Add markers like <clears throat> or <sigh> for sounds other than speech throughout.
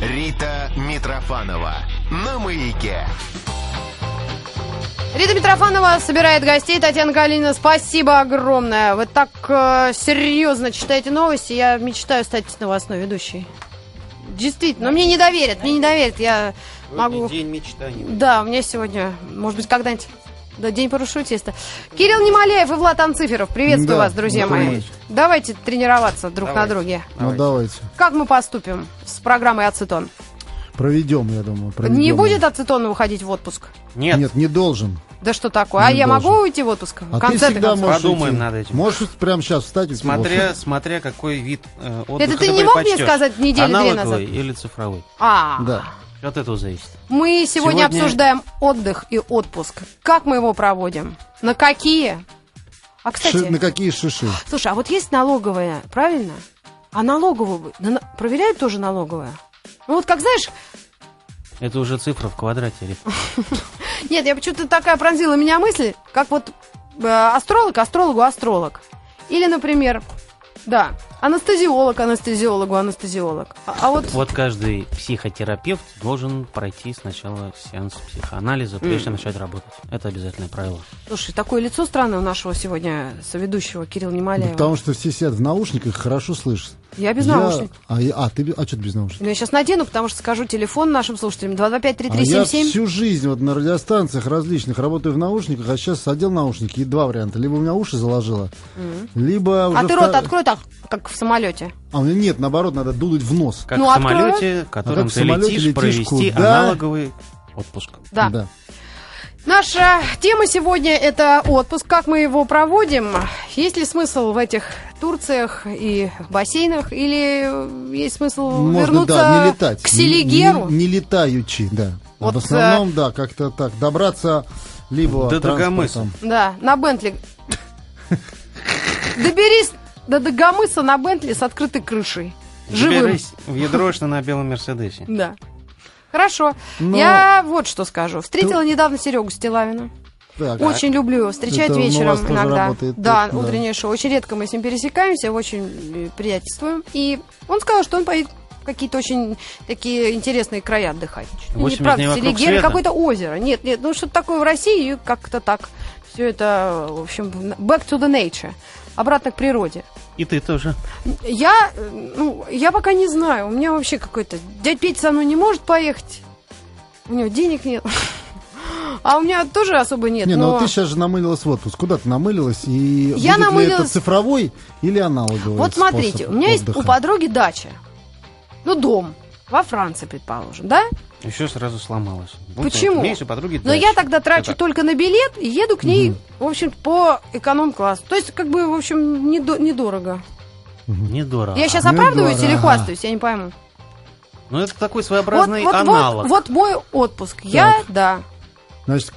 Рита Митрофанова на маяке. Рита Митрофанова собирает гостей. Татьяна Галина, спасибо огромное. Вы так э, серьезно читаете новости. Я мечтаю стать новостной ведущей. Действительно, но мне не доверят, мне не доверят. Я могу... День мечтаний. Да, у меня сегодня, может быть, когда-нибудь... Да, день парашютиста. Кирилл Немоляев и Влад Анциферов. Приветствую Да, вас, друзья добрый мои. вечер. Давайте тренироваться друг на Давайте. друге. Ну давайте. Как мы поступим с программой «Ацетон»? Проведем, я думаю. проведем. Не будет «Ацетона» выходить в отпуск? Нет, Нет, не должен. Да что такое? а Не я должен. могу уйти в отпуск? А в конце ты всегда можешь Подумаем идти. над этим. Можешь прямо сейчас встать и смотря, смотря какой вид э, отдыха Это ты не ты мог мне предпочтешь. сказать неделю-две Аналоговый назад? или цифровой? А, Да. От этого зависит. мы сегодня, Сегодня- обсуждаем отдых и отпуск. Как мы его проводим? На какие? А, кстати, Ши- на какие шиши? слушай, а вот есть налоговая, правильно? А налоговую бы- на- на- проверяют тоже налоговая? Ну вот как знаешь, Это уже цифра в квадрате. Рит. нет, я почему-то такая пронзила меня мысль, как вот э, астролог астрологу астролог. Или, например, да, анестезиолог анестезиологу анестезиолог. А, а вот, Вот каждый психотерапевт должен пройти сначала сеанс психоанализа, прежде чем начать работать. Это обязательное правило. слушай, такое лицо странное у нашего сегодня соведущего Кирилла Да Немоляева. потому что все сидят в наушниках, хорошо слышат. Я без Я- наушников. А, я- а, ты бе- а что ты без наушников? Ну, я сейчас надену, потому что скажу телефон нашим слушателям. 225-3377. А я всю жизнь вот на радиостанциях различных работаю в наушниках, а сейчас одел наушники. И два варианта. Либо у меня уши заложило, либо... А уже ты втор- рот открой так, как в самолете. А у меня нет, наоборот, надо дулить в нос. Как Ну, в открывай. самолете, в А котором как в ты самолете летишь, летишь провести куда? аналоговый отпуск. Да. Наша тема сегодня это отпуск. Как мы его проводим? Есть ли смысл в этих Турциях и бассейнах? Или есть смысл Можно, вернуться да, не летать. к Селигеру? Не, не- не летающий, да. а Вот, э, в основном, да, как-то так. Добраться либо До Дагомыса. транспортом. Да, на Бентли. Доберись до Дагомыса на Бентли с открытой крышей. Живым. Заберись в ядрошно на белом Мерседесе. Да. Хорошо. Но- Я вот что скажу. Встретила недавно Серегу Стилавина. Так. Очень люблю его. Встречать Это он у вечером вас тоже иногда. работает да, тут, да. утреннее шоу. Очень редко мы с ним пересекаемся, очень э, приятельствуем. И он сказал, что он поедет в какие-то очень такие интересные края отдыхать. Чуть ли 80 правда, дней вокруг Селигеры, света. какое-то озеро. Нет, нет, ну что-то такое в России, и как-то так. Все это, в общем, back to the nature. Обратно к природе. И ты тоже. Я, э, ну, я пока не знаю. У меня вообще какой-то... Дядь Петя со мной не может поехать. У него денег нет. <laughs> А у меня тоже особо нет. Не, ну но- вот ты сейчас же намылилась в отпуск. Куда ты намылилась? И Я будет ли намылилась- это цифровой или аналоговый? Вот смотрите, у способ меня есть отдыха? у подруги дача. Ну, дом. Во Франции, предположим, да? Еще сразу сломалась. Вот Почему? у меня есть у подруги Но Ну, я дача. тогда трачу Всё так. только на билет и еду к ней, в общем, по эконом-классу. То есть, как бы, в общем, недо- недорого. Недорого. Я сейчас недорого. оправдываюсь или хвастаюсь, я не пойму. Ну, это такой своеобразный вот, вот, аналог. вот мой отпуск. Я, да. Значит,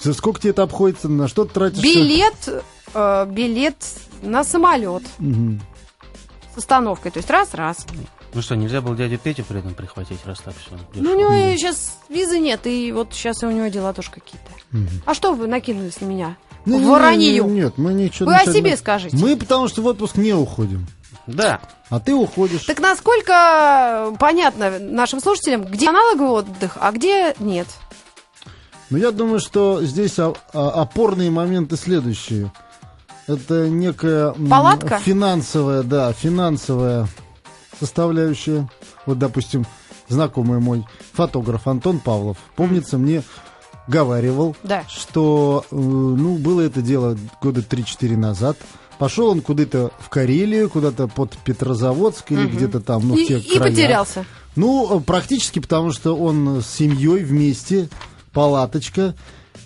за сколько тебе это обходится? На что ты тратишь? Билет, э, билет на самолет Мгм. с остановкой. То есть, раз-раз. Ну что, нельзя было дядю Петю при этом прихватить, раз так все. Ну, у него сейчас визы нет, и вот сейчас у него дела тоже какие-то. Мгм. А что вы накинулись на меня? Ну, Не- не- не- Воронью. не- Нет, мы ничего... Вы о ничего не- себе скажите. Мы потому что в отпуск не уходим. Да. А ты уходишь. Так насколько понятно нашим слушателям, где аналоговый отдых, а где нет? Но я думаю, что здесь о- о- опорные моменты следующие. Это некая м, Палатка? финансовая, да, финансовая составляющая. Вот, допустим, знакомый мой фотограф Антон Павлов, помнится, мне говаривал, Да. что, э, ну, было это дело года 3-4 назад. Пошел он куда-то в Карелию, куда-то под Петрозаводск или где-то там, ну, в и, те и края. потерялся. Ну, э, практически, потому что он с семьей вместе, палаточка.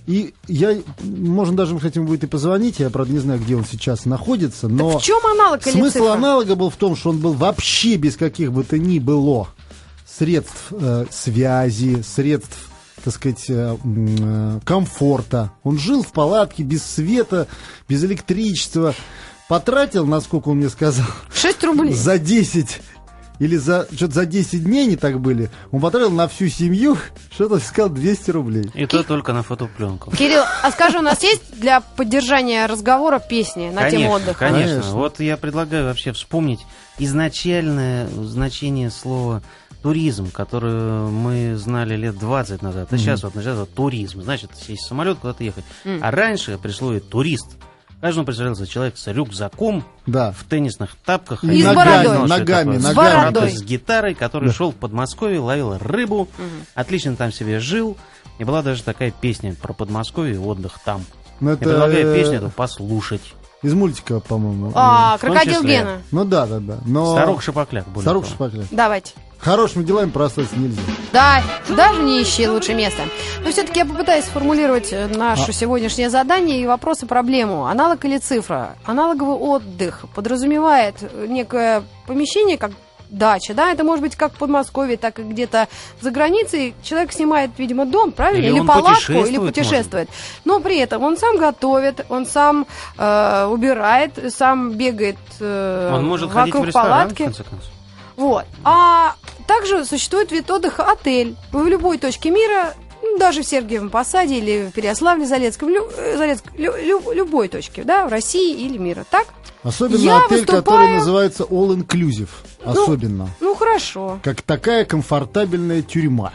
И я, можно даже, кстати, ему будет и позвонить, я, правда, не знаю, где он сейчас находится, Так но в чем аналог или смысл цифра? аналога был в том, что он был вообще без каких бы то ни было средств э, связи, средств, так сказать, э, м, э, комфорта. Он жил в палатке без света, без электричества. Потратил, насколько он мне сказал, 6 рублей. за 10 или за что-то за 10 дней не так были. Он потратил на всю семью, <laughs> что-то сказал 200 рублей. И то только на фотопленку. Кирилл, а скажи, у нас есть для поддержания разговора песни на тему конечно, отдыха? Конечно. Конечно. Вот я предлагаю вообще вспомнить изначальное значение слова туризм, который мы знали лет 20 назад, а Мгм. сейчас вот называется туризм. Значит, сесть в самолет, куда-то ехать. Мгм. А раньше при слове турист каждому представлялся человек с рюкзаком, Да. в теннисных тапках. И с ходил, бородой. знал, что это Ногами, такое. ногами. С бородой. С гитарой, который Да. шел в Подмосковье, ловил рыбу, отлично там себе жил. И была даже такая песня про Подмосковье и отдых там. Ну, Я предлагаю э, песню эту послушать. Из мультика, по-моему. А, В том крокодил числе. Гена. Ну да, да, да. Но... Старух Шапокляк. более Старух того. Шпакля. Давайте. Хорошими делами простаться нельзя. Да, даже не ищи лучше места. Но все-таки я попытаюсь сформулировать э, А. наше сегодняшнее задание и вопрос и проблему. Аналог или цифра? Аналоговый отдых подразумевает э, некое помещение, как дача, да, это может быть как в Подмосковье, так и где-то за границей. Человек снимает, видимо, дом, правильно? Или Или, он палатку, путешествует, или может. путешествует. Но при этом он сам готовит, он сам э, убирает, сам бегает э, Он может ходить в вокруг ресторан, в палатки. конце концов. Вот. А также существует вид отдыха отель. Вы в любой точке мира, ну, даже в Сергиевом Посаде или в Переославле, Залецком, лю- э, Залецк- лю- лю- любой точке, да, в России или мира. Так? Особенно Я отель, выступаю- который называется All Inclusive. Ну- Особенно. Ну хорошо. Как такая комфортабельная тюрьма.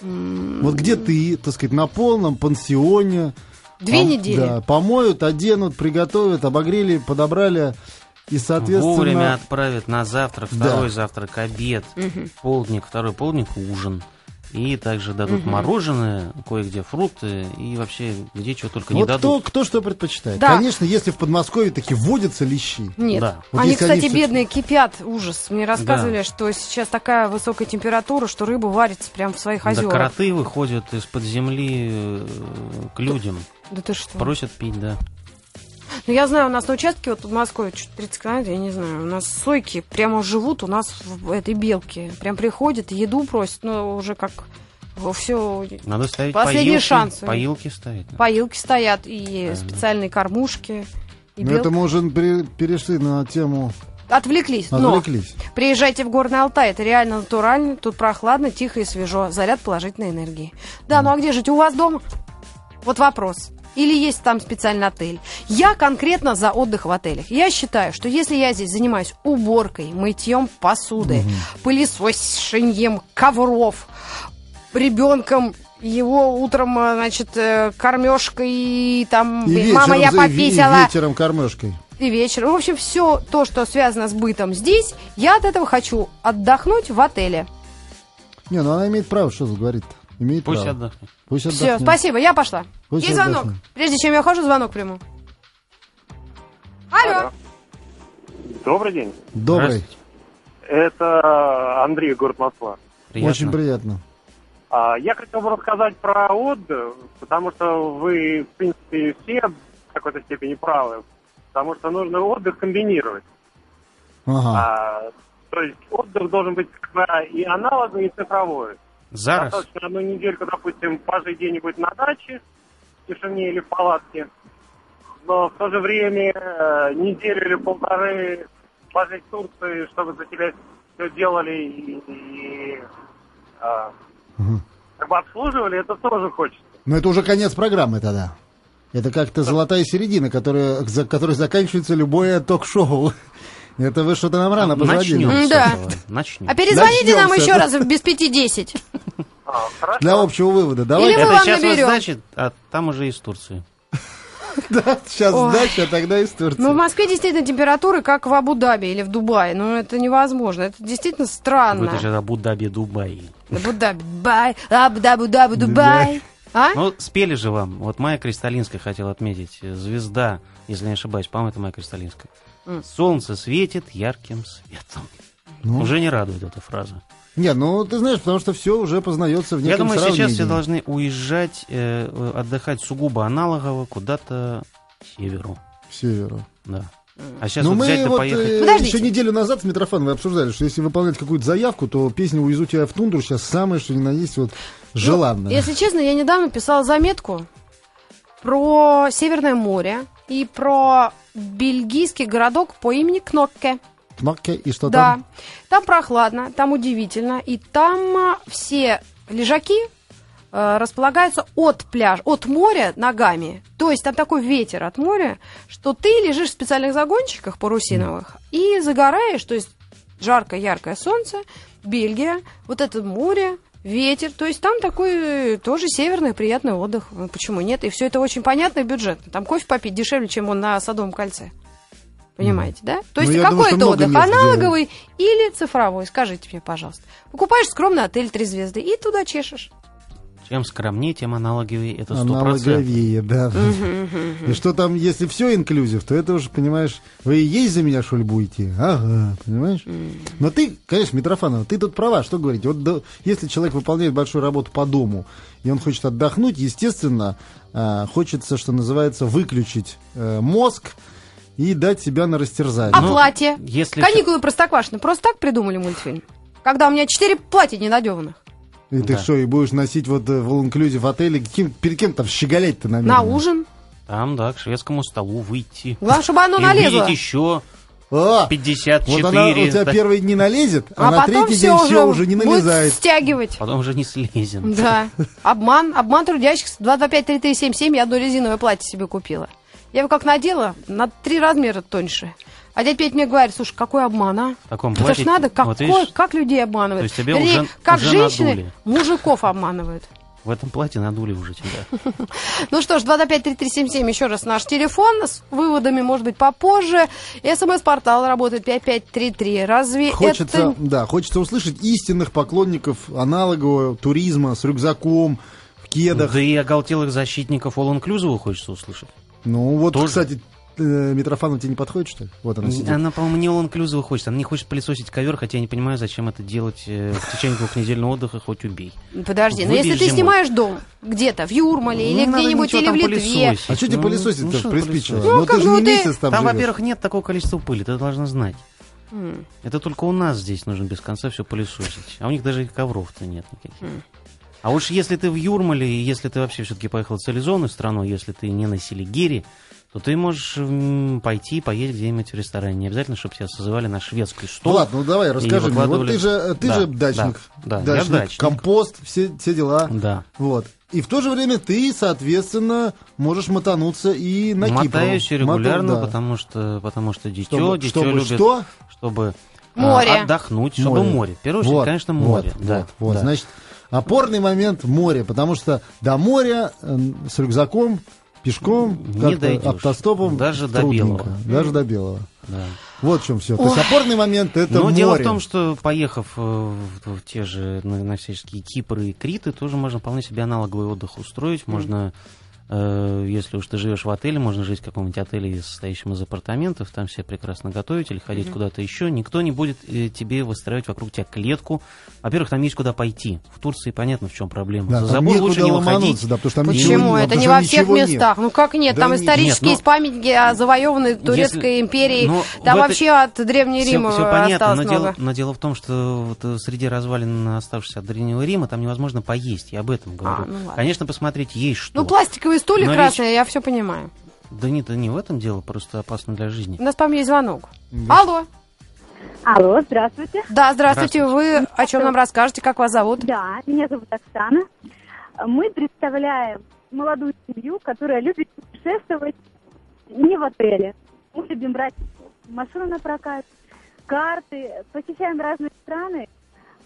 Вот где ты, так сказать, на полном пансионе. Две Пом- недели. Да, помоют, оденут, приготовят, обогрели, подобрали. И, соответственно... Вовремя отправят на завтрак, Да. второй завтрак, обед, полдник, второй полдник, ужин. И также дадут мороженое, кое-где фрукты и вообще где чего только не Вот дадут. кто, кто что предпочитает. Да. Конечно, если в Подмосковье такие водятся лещи. ну, Нет. Да. Вот они, если кстати, они всё- бедные кипят, ужас. Мне рассказывали, что сейчас такая высокая температура, что рыба варится прямо в своих Да озерах. кроты выходят из-под земли э, к людям, Да ты что? просят пить, да. то Ну, я знаю, у нас на участке, вот в Москве, чуть 30 километров, я не знаю, у нас сойки прямо живут у нас в этой белке. Прям приходят, еду просят, но уже как все Надо ставить Последний поилки, шанс у них. поилки ставить. надо. поилки стоят и Правильно. специальные кормушки. И Но белка- Ну, это мы уже при- перешли на тему... Отвлеклись, Отвлеклись. но приезжайте в Горный Алтай, это реально натурально, тут прохладно, тихо и свежо, заряд положительной энергии. Да, ну а где жить? У вас дома? Вот вопрос. Или есть там специальный отель? Я конкретно за отдых в отелях. Я считаю, что если я здесь занимаюсь уборкой, мытьем посуды, пылесосением ковров, ребенком его утром, э, значит, э, кормежкой, и там, И вечером, мама, я за- и- и пописала, вечером кормежкой. и вечер. В общем, все то, что связано с бытом здесь, я от этого хочу отдохнуть в отеле. Не, ну она имеет право, что тут говорит-то. Имеет Пусть право. отдохнет. Пусть Все, отдохнет. спасибо, я пошла. Пусть Есть звонок. отдохнет. Прежде чем я хожу, звонок приму. Алло. Добрый день. Добрый. Здравствуйте. Это Андрей, город Москва. Приятно. Очень приятно. А, Я хотел бы рассказать про отдых, потому что вы, в принципе, все в какой-то степени правы. Потому что нужно отдых комбинировать. Ага. А, то есть отдых должен быть всегда и аналоговый, и цифровой. А, Зараз. Достаточно одну недельку, допустим, пожить где-нибудь на даче, в тишине или в палатке. Но в то же время э, неделю или полторы пожить в Турции, чтобы за тебя все делали и, и, э, Мгм. как бы обслуживали, это тоже хочется. Ну это уже конец программы тогда. Это как-то золотая середина, которая, за которой заканчивается любое ток-шоу. <laughs> Это вы что-то нам рано пожадили. Начнем. с Да. этого. Начнем. А перезвоните Начнём нам с еще этого. раз без пяти десять. А, хорошо. Для общего вывода. Давай. Или мы Это вам сейчас вас наберем. значит, а там уже из Турции. Да, <laughs> сейчас Ой. сдача, а тогда из Турции. Ну, в Москве действительно температуры, как в Абу-Даби или в Дубае. Ну, это невозможно. Это действительно странно. Будет сейчас Абу-Даби, Дубай. Абу-Даби, Бай, Абу-Даби, Дубай. А? Ну, спели же вам. Вот Майя Кристалинская хотела отметить. э, Звезда, если не ошибаюсь, по-моему, это Майя Кристалинская. М. Солнце светит ярким светом. Ну. Уже не радует эта фраза. Не, ну ты знаешь, потому что все уже познается в неком Я думаю, сейчас сравнении. все должны уезжать, э, э, отдыхать сугубо аналогово куда-то к северу. К северу. Да. А сейчас Ну, вот взять мы да вот поехать. э, Подождите. еще неделю назад с Митрофановой обсуждали, что если выполнять какую-то заявку, то песня «Увезу тебя в тундру» сейчас самое, что ни на есть, вот Ну, желанное. Ну, Если честно, я недавно писала заметку про Северное море и про бельгийский городок по имени Кнокке. Кнопки и что да. там? Там прохладно, там удивительно, и там а, все лежаки э, располагаются от пляжа, от моря ногами. То есть там такой ветер от моря, что ты лежишь в специальных загончиках парусиновых и загораешь, то есть жаркое, яркое солнце, Бельгия, вот это море, ветер. То есть там такой э, тоже северный приятный отдых. Ну, Почему нет? И все это очень понятно и бюджетно. Там кофе попить дешевле, чем он на Садовом кольце. Понимаете, да? То Ну, есть я думаю, какой это что много отдых? мест, где- Аналоговый или цифровой? Скажите мне, пожалуйста. Покупаешь скромный отель «Три звезды» и туда чешешь. Чем скромнее, тем аналоговее. Это сто процентов. э, Аналоговее, да. И что там, если все инклюзив, то это уже, понимаешь, вы и есть за меня, что ли, будете? Ага, понимаешь? Но ты, конечно, Митрофанова, ты тут права, что говорить. Вот да, если человек выполняет большую работу по дому, и он хочет отдохнуть, естественно, а, хочется, что называется, выключить э, мозг и дать себя на растерзание. А Ну, платье? если- Каникулы Простоквашино. Просто так придумали мультфильм? Когда у меня четыре платья ненадеванных. и ты да. что, и будешь носить вот э, в инклюзив отеле, кем- перед кем там щеголять-то, наверное? На ужин. Там, да, к шведскому столу выйти. Главное, чтобы оно и налезло. увидеть еще А, 54. вот она у тебя так, первые дни налезет, а, А на потом третий все день уже, все уже не будет налезает. стягивать. Потом уже не слезем. Да. Обман. Обман трудящихся. 225-3377. Я одно резиновое платье себе купила. Я его как надела, на три размера тоньше. А дядя Петь мне говорит, слушай, какой обман, а? В таком Это платье- ж надо, как, вот видишь, как людей обманывают. То есть тебя Вернее, уже- как уже женщины надули. мужиков обманывают. В этом платье надули уже тебя. Ну что ж, 225-3377, еще раз наш телефон с выводами, может быть, попозже. СМС-портал работает 5533. Разве Хочется, это... да, хочется услышать истинных поклонников аналогового туризма с рюкзаком, в кедах. Да и оголтелых защитников All Inclusive хочется услышать. Ну вот, Тоже. кстати, э, Митрофанова тебе не подходит, что ли? Вот она сидит. А Она, по-моему, не All Inclusive хочет. Она не хочет пылесосить ковер, хотя я не понимаю, зачем это делать э, в течение двухнедельного отдыха, хоть убей. Подожди, но если Выйдешь ты зимой. снимаешь дом где-то, в Юрмале Не или Ну, надо где-нибудь, ничего или в там Литве, пылесосить. А что тебе Ну, пылесосить ну, то что приспичило? пылесосить? Ну, как ты же бы не ты- месяц там, Там, живешь. во-первых, нет такого количества пыли, ты должна знать. Это только у нас здесь нужно без конца все пылесосить. А у них даже и ковров-то нет никаких. А уж если ты в Юрмале, и если ты вообще все-таки поехал цивилизованной страной, если ты не на Селигере, то ты можешь м, пойти поесть где-нибудь в ресторане. Не обязательно, чтобы тебя созывали на шведский стол. Влад, ну давай, и расскажи мне. Вот выкладывали- ты же, э, ты Да, же дачник. Да, да, дачник, я дачник. Компост, все, все дела. Да. Вот. И в то же время ты, соответственно, можешь мотануться и на Кипр. Мотаюсь регулярно, Мота- да. потому что потому что дитё, Чтобы- дитё чтобы любит, что? чтобы а, Море. отдохнуть, чтобы море. В первую очередь, Вот, конечно, вот, море. да, вот, вот. да. Значит, опорный момент море, потому что до моря э, с рюкзаком, пешком, Не как-то дойдёшь. автостопом Даже до трудненько. белого. Даже до белого. да. Вот в чем все. То есть опорный момент это Но море. дело в том, что поехав э, в, в те же на, на всяческие Кипры и Криты, тоже можно вполне себе аналоговый отдых устроить. Можно, э, если уж ты живешь в отеле, можно жить в каком-нибудь отеле, состоящем из апартаментов, там все прекрасно готовить или ходить куда-то еще. Никто не будет э, тебе выстраивать вокруг тебя клетку. Во-первых, там есть куда пойти. В Турции понятно, в чем проблема. Да, За там забор некуда лучше не выходить. ломануться, да, потому что там Почему? ничего- это потому не что во всех ничего нет. местах. Ну как нет? Да там нет. исторические Нет, ну- есть памятники о завоеванной Турецкой Если- империей. Ну, там в этой- вообще от Древнего Всё- Рима э, всё понятно, осталось но много. дело, но дело в том, что вот, э, среди развалин, оставшихся от Древнего Рима, там невозможно поесть, я об этом говорю. А, ну ладно. Конечно, посмотреть есть что. Ну, пластиковые стулья Но речь- красные, я все понимаю. Да нет, да не в этом дело, просто опасно для жизни. У нас, по-моему, есть звонок. Алло. Алло, здравствуйте. Да, здравствуйте. Вы о чем нам расскажете? Как вас зовут? Да, меня зовут Оксана. Мы представляем молодую семью, которая любит путешествовать не в отеле. Мы любим брать машину на прокат, карты, посещаем разные страны.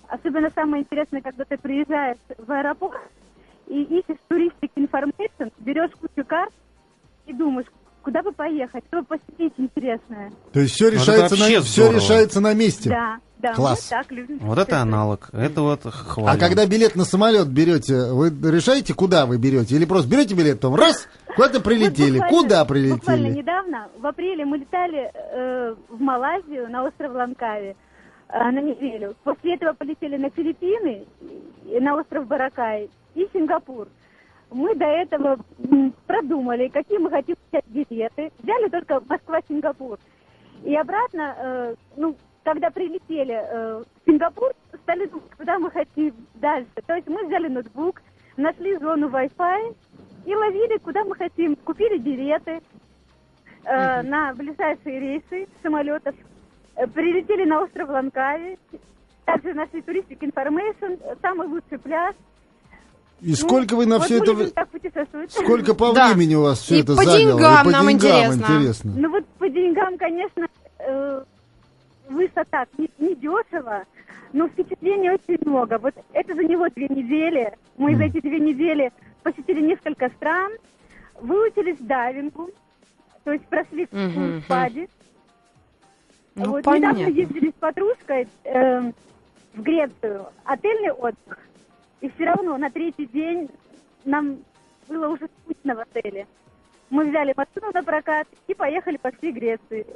Особенно самое интересное, когда ты приезжаешь в аэропорт и ищешь туристик информейшн, берешь кучу карт и думаешь, куда бы поехать, что бы посетить интересное. То есть все Ну, это решается, вообще на, все здорово. решается на месте. Да, да, мы Класс. так любим. Ну, Вот это аналог, это вот хвалим. А когда билет на самолет берете, вы решаете, куда вы берете? Или просто берете билет, потом раз, куда-то прилетели. Вот буквально- Куда Буквально прилетели? Э, недавно, в апреле, мы летали э, в Малайзию на остров Ланкави э, на неделю. После этого полетели на Филиппины, и на остров Баракай и Сингапур. Мы до этого м, продумали, какие мы хотим взять билеты. Взяли только Москва-Сингапур. И обратно, э, ну, когда прилетели э, в Сингапур, стали думать, куда мы хотим дальше. То есть мы взяли ноутбук, нашли зону Wi-Fi и ловили, куда мы хотим. Купили билеты э, на ближайшие рейсы самолетов. Э, Прилетели на остров Ланкави. Также нашли туристик информейшн, самый лучший пляж. Ну, Ну, И сколько вы на вот все мы это... любим вы- так путешествовать. Сколько по Да. времени у вас все И это по заняло? Ну, деньгам нам интересно. интересно. Ну вот по деньгам, конечно, э, высота не, не дешево, но впечатлений очень много. Вот это за него две недели. Мы за эти две недели посетили несколько стран, выучились дайвингу, то есть прошли Мгм, курс пади. Ну, вот недавно понятно. ездили с подружкой э, в Грецию. Отельный отдых. И все равно на третий день нам было уже скучно в отеле. Мы взяли машину на прокат и поехали по всей Греции.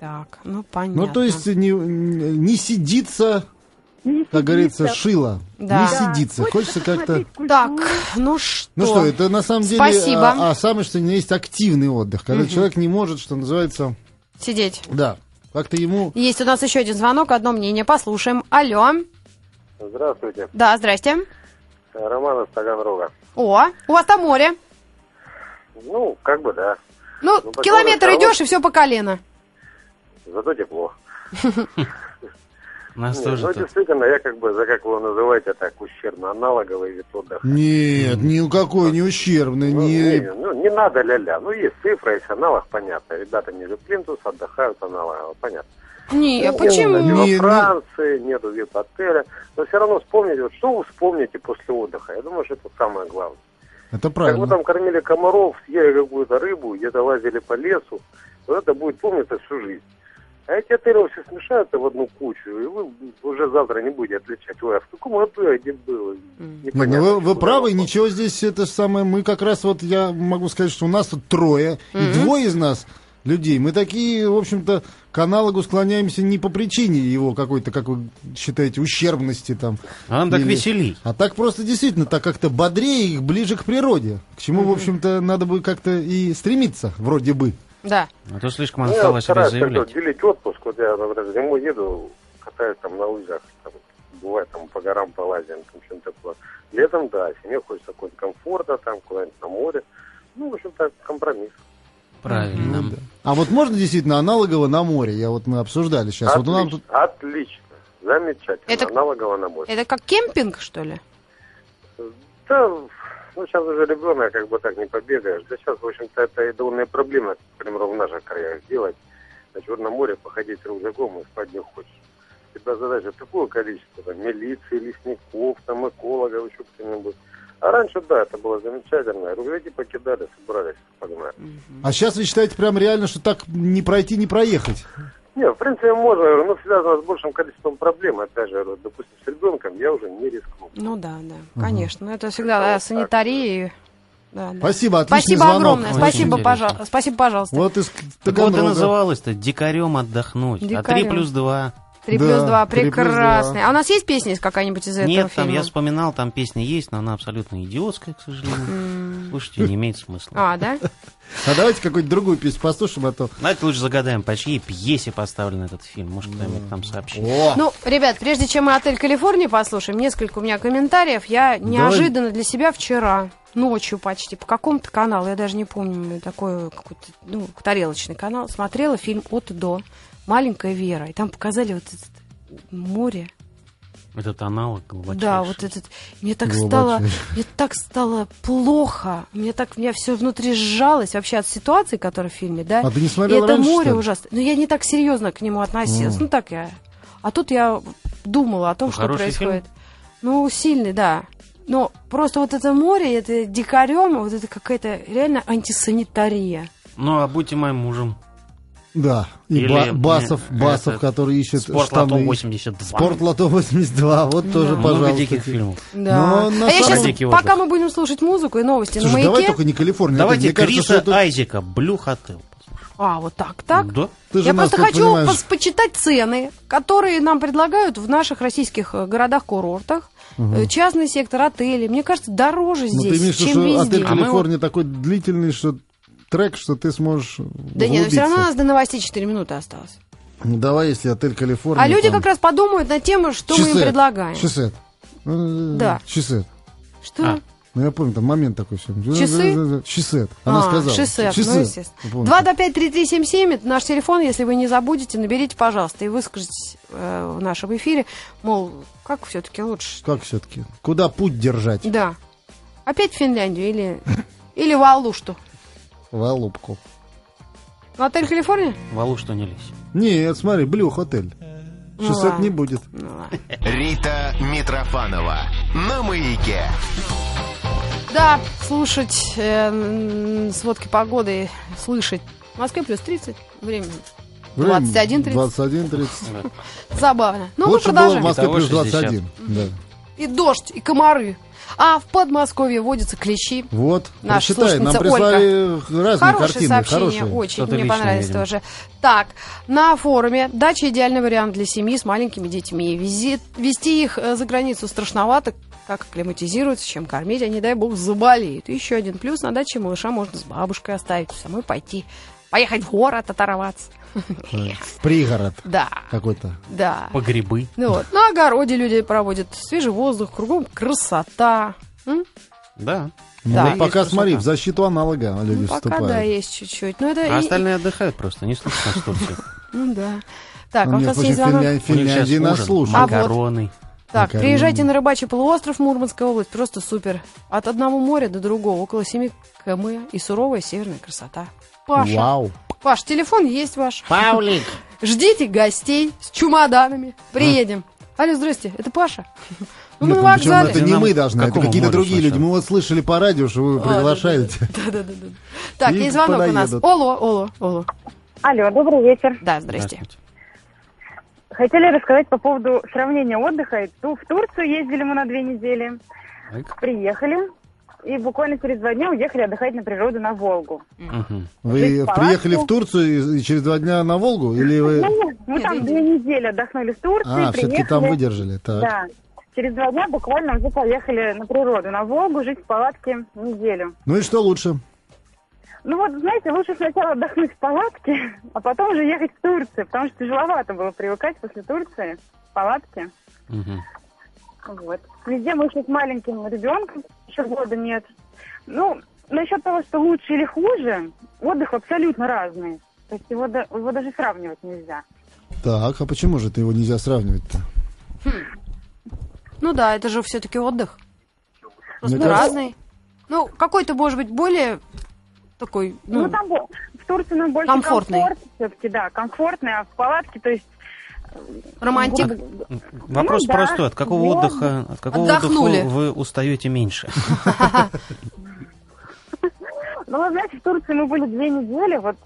Так, ну понятно. Ну, то есть не, не сидится, Не как говорится, сидится. шило. Да. Не сидится. Да, Хочется как-то... посмотреть культуру. Так, ну что? Ну что, это на самом деле Спасибо. А, а самое что ни на есть активный отдых, когда человек не может, что называется, Сидеть. да, как-то ему Есть у нас еще один звонок, одно мнение. Послушаем. Алло. Здравствуйте, Да, здрасте. Роман из Таганрога. О, у вас там море. Ну, как бы да, Ну, Ну, так километр вот, идешь, и все по колено. зато тепло. А У нас Нет, тоже ну, тут. действительно, я как бы, за как вы его называете, так ущербно аналоговый вид отдыха. Нет, никакой, не ущербный, Ну, не... ну, не надо ля-ля. Ну, есть цифры, есть аналог, понятно. Ребята ниже плинтус отдыхают аналогово, понятно. Не, Ну, А почему? кстати, Не, не- Во Франции нету вип-отеля. Но все равно вспомните, вот что вы вспомните после отдыха. Я думаю, что это самое главное. Это Как вы правильно. там кормили комаров, съели какую-то рыбу, где-то лазили по лесу, вот это будет помниться всю жизнь. А эти отели все смешаются в одну кучу, и вы уже завтра не будете отличать. Ой, а в каком отеле где было? Нет, ну Непонятно, вы, вы куда правы, попал. ничего здесь это самое. Мы как раз вот я могу сказать, что у нас тут трое, и двое из нас людей. Мы такие, в общем-то, к аналогу склоняемся не по причине его какой-то, как вы считаете, ущербности там. А нам так Или- веселей. А так просто действительно, так как-то бодрее их ближе к природе. К чему, в общем-то, надо бы как-то и стремиться, вроде бы. Да. А то Ну, слишком она я стала себя стараюсь как-то заявлять. делить отпуск. Вот я, например, зимой еду, катаюсь там на лыжах, там, бывает там по горам полазим, там что-нибудь такое. Летом, да, семье хочется какой-то комфорта, там куда-нибудь на море. Ну, в общем, так, компромисс. Правильно. Ну, А вот можно действительно аналогово на море? Я вот мы обсуждали сейчас. Вот у нас Отлично, тут отлично, замечательно. Это- Аналогово на море. Это как кемпинг, что ли? Да, ну, сейчас уже ребенок, как бы так не побегаешь. Да сейчас, в общем-то, это и довольная проблема, например, в наших краях сделать. На Черном море походить с рюкзаком и спать не хочешь. У тебя задача такое количество, там, милиции, лесников, там, экологов, еще кто-нибудь. А раньше, да, это было замечательно. Рюкзаки покидали, собрались, погнали. А сейчас вы считаете прям реально, что так не пройти, не проехать? Не, в принципе, можно, я говорю, но связано с большим количеством проблем. Опять же, я говорю, допустим, с ребенком я уже не рискну. Ну да, да, конечно. Ну, Это всегда да, Вот так. санитарии. Да, да. Спасибо, отличный Спасибо звонок. огромное. Очень Спасибо, интересно. пожалуйста. Спасибо, пожалуйста. Вот из Так вот и Таганрога. называлось-то «Дикарем отдохнуть». А Дикарем. 3 плюс 2. Три да, плюс два. три плюс Прекрасно. два. А у нас есть песня из какая-нибудь из этого Нет, там фильма? я вспоминал, там песня есть, но она абсолютно идиотская, к сожалению. Слушайте, не имеет смысла. А, да? А давайте какую-нибудь другую песню послушаем, а то... Давайте Ну, лучше загадаем, по чьей пьесе поставлен этот фильм. Может, кто-нибудь там сообщит. О! Ну, ребят, прежде чем мы отель Калифорния послушаем, несколько у меня комментариев. Я неожиданно для себя вчера, ночью почти, по какому-то каналу, я даже не помню, такой какой-то, ну, тарелочный канал, смотрела фильм «От и до», «Маленькая Вера», и там показали вот это море. Этот аналог глубочайший. Да, вот этот. Мне так Глубочайший. стало, мне так стало плохо. Мне так, у меня все внутри сжалось вообще от ситуации, которая в фильме, да. А ты не И смотрела это раньше, море что ли? ужасно. Но я не так серьезно к нему относилась. Ну так я. А тут я думала о том, Ну, что хороший происходит. Ну, сильный, да. Но просто вот это море, это дикарем, вот это какая-то реально антисанитария. Ну, а будьте моим мужем. Да, и Или, Ба- Басов, э, Басов, этот, который ищет Спорт штаны. лото 82. Спорт Лото 82, вот тоже, Ну, Много пожалуйста. диких фильмов. Да. Но на а я самом- сейчас, Дикий пока отдых. мы будем слушать музыку и новости Слушай, на давай маяке. только не Калифорния. Давайте Мне кажется, что Криса это- Айзека, Блю Хотел. А, вот так, так. Да? ты же Я нас просто тут, хочу понимаешь, пос- почитать цены, которые нам предлагают в наших российских э, городах-курортах. Э, Частный сектор, отели. Мне кажется, дороже Ну, здесь, ты имеешь в чем виду, что везде. отель А мы Калифорния такой длительный, что трек, что ты сможешь Да нет, ну все углубиться. равно у нас до новостей 4 минуты осталось. Ну, давай, если отель Калифорния... а люди там- как раз подумают на тему, что мы им Чесет, предлагаем. Чесет. Э, Да. Чесет. Что? А. Ну, я помню, там момент такой все. Часы? Чесет. Она А, сказала. шестьдесят, Чесет. ну, естественно. Я помню. 2 до 5 3377 это наш телефон. Если вы не забудете, наберите, пожалуйста, и выскажитесь э, в нашем эфире. Мол, как все-таки лучше? Как все-таки? Куда путь держать? Да. <laughs> Опять в Финляндию или, или в Алушту? В Алупку. Отель Калифорния? Валу, что не лезь. Нет, смотри, Блюх отель. Ну 600 не ладно. будет. Ну ладно. Рита Митрофанова на маяке. Да, слушать э, м, сводки погоды, слышать. В Москве плюс 30 времени. 21.30. 21.30. Забавно. Ну, мы Лучше было в продолжим. Москве Итого плюс 60. 21. Да. И дождь, и комары. А в Подмосковье водятся клещи. Вот, Наша прочитай, нам слушательница прислали разные Хорошее картины. сообщение, хорошие. очень Что-то мне личное, понравилось видимо. тоже. Так, на форуме дача идеальный вариант для семьи с маленькими детьми. Визит, вести их э, за границу страшновато, как акклиматизируются, чем кормить, а не дай бог заболеют. Еще один плюс, на даче малыша можно с бабушкой оставить, самой пойти, поехать в город оторваться. В пригород <laughs> Да, какой-то. да. По грибы. Ну вот, на огороде люди проводят свежий воздух, кругом красота. М? Да. Ну, Да. вот Есть пока, смотри, красота. в защиту аналога люди Ну, пока да, вступают. есть чуть-чуть. Но это А и- остальные отдыхают просто, не слышат нас <laughs> тут всех. Ну да. Так, а У у них нас есть очень звонок. Финля- У них сейчас Финляндии нас ужин, А слушают. вот. макароны. Так, Макароны. приезжайте на рыбачий полуостров Мурманская область, просто супер. От одного моря до другого, около 7 км и суровая северная красота. Паша, Вау. Паш, телефон есть ваш. Паулик. Ждите гостей с чемоданами. Приедем. Алло, здрасте, это <laughs> Паша. Ну, мы на Нет, ну, причем вокзале. А? это не Нам мы к должны, это какому какие-то морю другие люди. сначала? Мы вот слышали по радио, что А, вы А, <laughs> приглашаете. Да-да-да. Так, И есть звонок у нас. подоедут. Оло, Оло, Оло. Алло, добрый вечер. Да, здрасте. Хотели рассказать по поводу сравнения отдыха. И ту- В Турцию ездили мы на две недели. Так. Приехали. И буквально через два дня уехали отдыхать на природу на Волгу. Мгм. Вы Здесь приехали в палатку. Турцию и- и через два дня на Волгу? Или вы... Ну, нет, мы Нет, там нет. две недели отдохнули в Турции, А, все-таки там приехали. выдержали. Так. Да. Через два дня буквально уже поехали на природу, на Волгу, жить в палатке неделю. Ну и что лучше? Ну вот, знаете, лучше сначала отдохнуть в палатке, <laughs> а потом уже ехать в Турцию, потому что тяжеловато было привыкать после Турции в палатке. Мгм. Вот. Везде мы еще с маленьким ребенком, еще года нет. Ну, насчет того, что лучше или хуже, отдых абсолютно разный. То есть его, да- его даже сравнивать нельзя. Так, а почему же это его нельзя сравнивать-то? Ну да, это же все-таки отдых. Просто кажется- разный. Ну, какой-то, может быть, более такой, Ну, ну, там бо- в Турции нам больше Комфортный. комфорт все-таки, да, комфортный, а в палатке, то есть... ну, романтик. Вопрос да, простой. От какого вот. отдыха, от какого Отдохнули. отдыха вы устаете меньше? Ну, вы знаете, в Турции мы были две недели, вот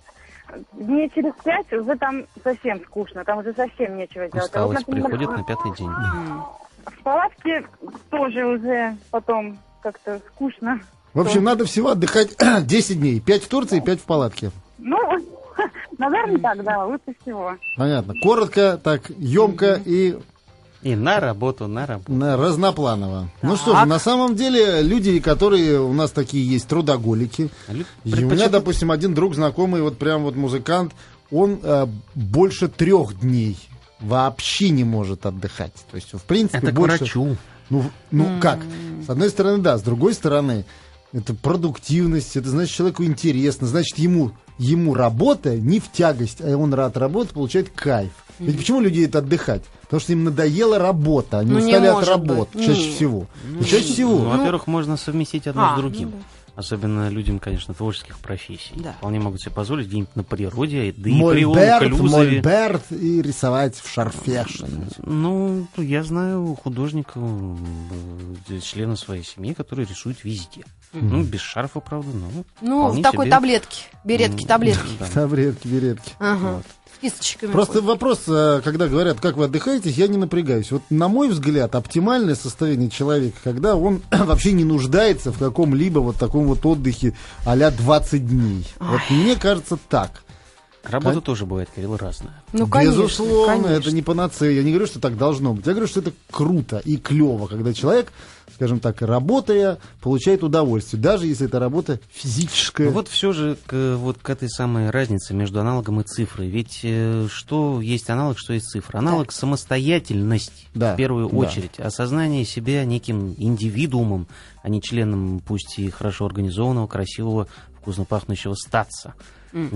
дней через пять уже там совсем скучно, там уже совсем нечего делать. А вот, Усталость например, приходит ну. на пятый день. А. В палатке тоже уже потом как-то скучно. В общем, надо всего отдыхать <clears throat> 10 дней. 5 в Турции, 5 в палатке. Ну, <laughs> наверное, так, да, лучше всего. Понятно. Коротко, так, емко и И на работу, на работу. на- разнопланово. Ну что же, на самом деле, люди, которые у нас такие есть, трудоголики. Люди И у меня, предпочитают- допустим, один друг знакомый, вот прям вот музыкант, он э, больше трех дней вообще не может отдыхать. То есть, в принципе, Это к больше... врачу. Ну, ну как? С одной стороны, да, с другой стороны, это продуктивность, это значит человеку интересно, значит ему, ему работа не в тягость, а он рад работать, получает кайф. Ведь почему люди это отдыхать? Потому что им надоела работа, они Ну, не устали от может работ быть. чаще Не. всего. И чаще Ну, всего. во-первых, можно совместить одно А, с другим. Особенно людям, конечно, творческих профессий. Да. Вполне могут себе позволить где-нибудь на природе, да и при Мольберт, Клюзове. мольберт и рисовать в шарфе. что-нибудь. Ну, я знаю художника, м, э, члена своей семьи, который рисует везде. Ну, без шарфа, правда, но... Ну, в вполне такой себе. таблетке. Беретки, М, таблетки. да. Табуретки, беретки. Ага. С кисточками. Просто вопрос, э, когда говорят, как вы отдыхаетесь, я не напрягаюсь. Вот на мой взгляд, оптимальное состояние человека, когда он <clears throat> вообще не нуждается в каком-либо вот таком вот отдыхе а-ля 20 дней. Вот мне кажется так. Работа Кон- тоже бывает, Кирилл, разная. Ну, конечно. Безусловно, конечно. это не панацея. Я не говорю, что так должно быть. Я говорю, что это круто и клево, когда человек, скажем так, работая, получает удовольствие, даже если это работа физическая. Ну Вот все же к, э, вот к этой самой разнице между аналогом и цифрой. Ведь э, что есть аналог, что есть цифра? Аналог самостоятельность Да, в первую да. очередь, осознание себя неким индивидуумом, а не членом, пусть и хорошо организованного, красивого, в вкусно пахнущего статца.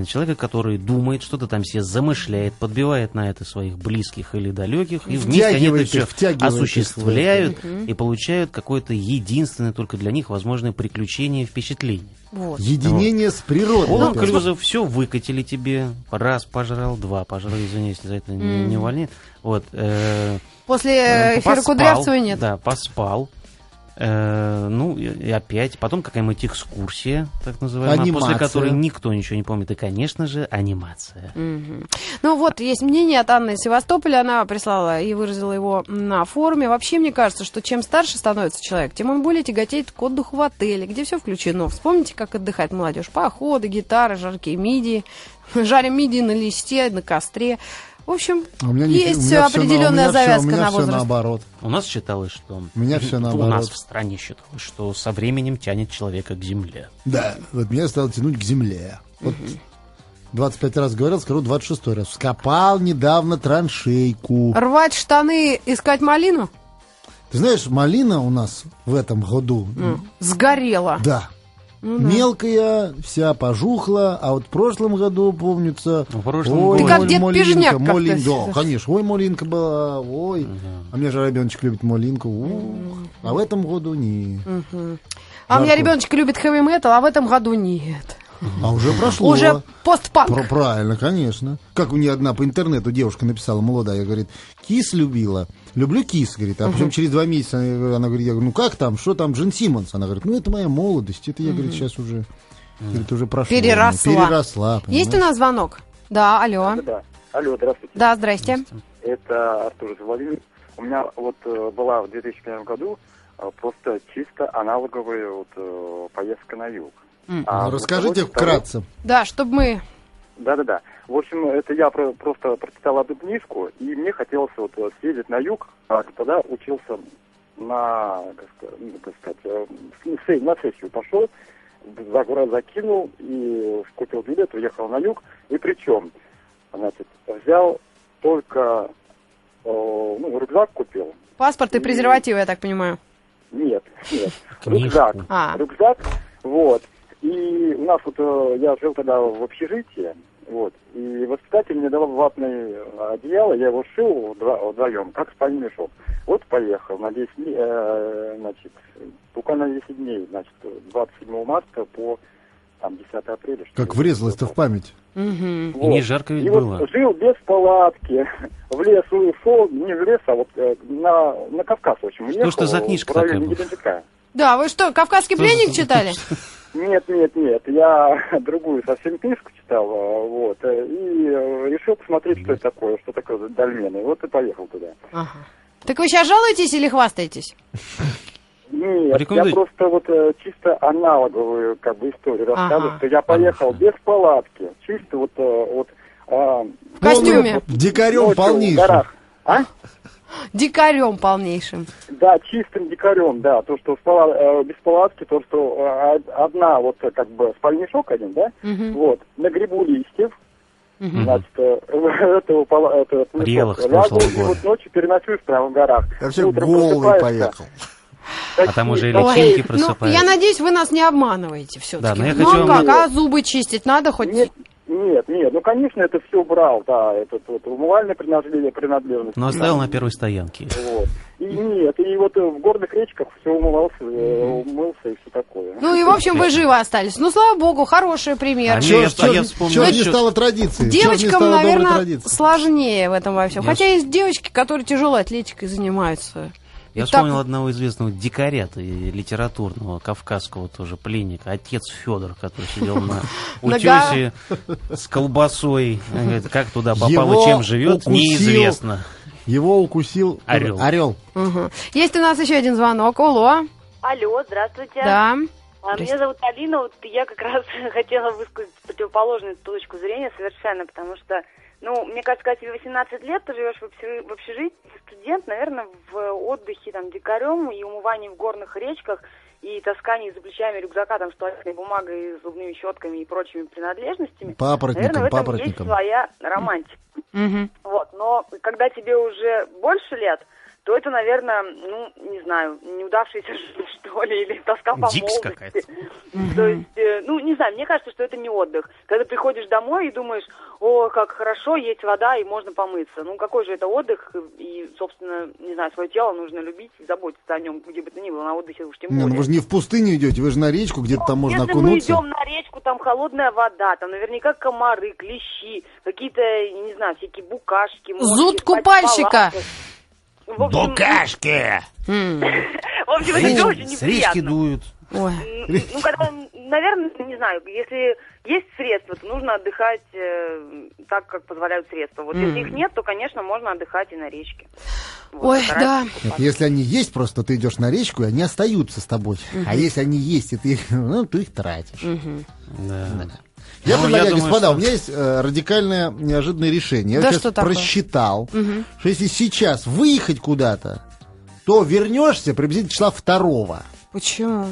Человека, который думает, что-то там себе замышляет, подбивает на это своих близких или далеких, и вместе они это Втягивает все их, втягивает их в осуществляют и получают какое-то единственное только для них возможное приключение и впечатление. Вот. Единение с природой. Полон Опять же. Клюзов, все выкатили тебе. Раз пожрал, два пожрал, извиняюсь, за это не, не увольняет. Вот. э, После эфира поспал, Кудрявцева нет. Да, поспал. Э, ну, и и опять. Потом какая-нибудь экскурсия, так называемая, Анимация. после которой никто ничего не помнит. И, конечно же, анимация. Мгм. Ну вот, есть мнение от Анны из Севастополя, она прислала и выразила его на форуме. Вообще, мне кажется, что чем старше становится человек, тем он более тяготеет к отдыху в отеле, где все включено. Вспомните, как отдыхает молодежь. Походы, гитары, жаркие мидии. <laughs> Жарим мидии на листе, на костре. В общем, А у меня не- у есть меня всё на- у меня определенная всё- завязка на У меня все возраст. наоборот. У нас считалось, что... У меня всё У наоборот. нас в стране считалось, что со временем тянет человека к земле. Да, вот меня стало тянуть к земле. Вот 25 раз говорил, скажу 26 раз. Скопал недавно траншейку. Рвать штаны, искать малину? Ты знаешь, малина у нас в этом году, Сгорела. да, Ну мелкая, вся пожухла, а вот в прошлом году, помнится... Ну, В прошлом ой, году. Ты как моль- Дед малинка, Пижняк как-то малин- всегда. Да, конечно, ой, малинка была, ой. А мне же ребеночек любит малинку. ух. А в этом году не. А у меня жарко. ребеночек любит хэви-метал, а в этом году нет. А уже прошло. Уже постпанк. Про- правильно, конечно. Как у нее одна по интернету девушка написала, молодая, говорит, кис любила. Люблю кис, говорит. А причем через два месяца она, она говорит, я говорю, ну как там, что там, Джин Симмонс? Она говорит, ну это моя молодость, это я, говорит, сейчас уже, говорит, уже прошло. Переросла. Переросла, Есть у понимаешь? нас звонок? Да, алло. Да. Алло, здравствуйте. Да, здрасте. Это Артур из Владимира. У меня вот э, была в 2005 году э, просто чисто аналоговая вот, э, поездка на юг. А Ну, Расскажите вот второй- вкратце. Да, чтобы мы... Да-да-да. В общем, это я про- просто прочитал одну книжку, и мне хотелось вот э, съездить на юг, а тогда учился на, как ска- ну, как сказать, э, с- с- на сессию пошел, за город закинул и купил билет, уехал на юг. И причем, значит, взял только, э, ну, рюкзак купил. Паспорт и презервативы, я так понимаю. Нет, нет. Книжку. Рюкзак. А. Рюкзак. Вот. И у нас вот э, я жил тогда в общежитии. Вот. И воспитатель мне дал ватное э, одеяло, я его шил вдво- вдвоем, как спальный мешок. Вот поехал на 10 дней, э, значит, буквально на 10 дней, значит, 27 марта по там, 10 апреля. что Как ли. врезалась-то в память. Мгм. И не жарко ведь И было. вот жил без палатки, в лес ушел, не в лес, а вот э, на, на Кавказ, в общем, Ну, Что ж ты за уехал, книжка в районе такая была? Геленджика. Да, вы что, «Кавказский пленник» читали? Нет, нет, нет, я <laughs> другую совсем книжку читал, а, вот, э, и э, решил посмотреть, что это такое, что такое за дольмены, вот и поехал туда. Ага. Так вы сейчас жалуетесь или хвастаетесь? Нет, Порекомендуй. я просто вот э, чисто аналоговую как бы историю Ага. рассказываю, что я поехал Понятно. без палатки, чисто вот, э, вот, а, В костюме. Дикарем ночью в полнейшим. горах. А? Дикарем полнейшим. Да, чистым дикарем, да. То, что в пала- э, без палатки, то, что э, од- одна, вот э, как бы спальнишок один, да, Мгм. вот, на грибу листьев, значит, э, <laughs> этого, пала- этого мешок Прелых с лягу, прошлого и года. вот ночью переночуешь прямо в горах. Вообще Утром голый просыпаешься, поехал. такие А там уже и толпы. Ну, личинки я просыпаются. надеюсь, вы нас не обманываете все-таки. Да, но я ну, хочу а вам- как? А зубы чистить надо хоть? Нет, нет, нет, ну, конечно, это все брал, да, этот вот умывальная принадлежность. принадлежность. Но Ну, оставил на первой стоянке. Вот. И нет, и вот э, в горных речках все умывался, э, умылся и все такое. Ну и, в общем, вы живы остались. Ну, слава богу, хорошие примеры. А Чё я- ж- чё я ж- вспомнил чё ж не ещё- стало традицией? Чё ж не Девочкам, стало доброй наверное, традицией? сложнее в этом во всем. Я Хотя есть девочки, которые тяжелой атлетикой занимаются. Я И так- вспомнил одного известного дикаря ты, литературного, кавказского тоже пленника, отец Федор, который сидел <laughs> на утесе с колбасой. Он говорит, Как туда попал Его и чем живет, укусил. неизвестно. Его укусил Орел. орел. Мгм. Есть у нас еще один звонок. Алло. Алло, здравствуйте. Да. А, Меня зовут Алина. Вот я как раз <laughs> хотела высказать противоположную точку зрения совершенно, потому что, ну, мне кажется, когда тебе 18 лет, ты живешь в общежи- в общежитии, ты студент, наверное, в отдыхе там дикарем и умывании в горных речках и таскании за плечами рюкзака там с туалетной бумагой, с зубными щетками и прочими принадлежностями. Наверное, в Папоротником, этом есть папоротником. своя романтика. Мгм. Вот, но когда тебе уже больше лет, то это, наверное, ну, не знаю, неудавшаяся <laughs> жизнь, что ли, или тоска по Дикость молодости. какая-то. То есть, э, ну, не знаю, мне кажется, что это не отдых. Когда ты приходишь домой и думаешь, о, как хорошо, есть вода и можно помыться. Ну, какой же это отдых? И, собственно, не знаю, свое тело нужно любить и заботиться о нем, где бы то ни было, на отдыхе уж тем Не, более. ну вы же не в пустыню идете, вы же на речку, где-то Ну, там можно Если мы окунуться. идем на речку, там холодная вода, там наверняка комары, клещи, какие-то, я не знаю, всякие букашки. мошки, Зуд спать в купальщика. палатках. В общем, В общем, Ну, это всё очень С речки неприятно. дуют. Ой. Н- Ну, когда, наверное, не знаю, если есть средства, то нужно отдыхать э, так, как позволяют средства. Вот если их нет, то, конечно, можно отдыхать и на речке. Вот, Ой, это раз. да. Нет, если они есть, просто ты идешь на речку, и они остаются с тобой. А если они есть, и ты их, ну, ты их тратишь. Да. Я Ну, предлагаю, я думаю, господа, что- у меня есть э, радикальное неожиданное решение. Я Да сейчас что такое? просчитал, что если сейчас выехать куда-то, то вернешься приблизительно числа второго. Почему?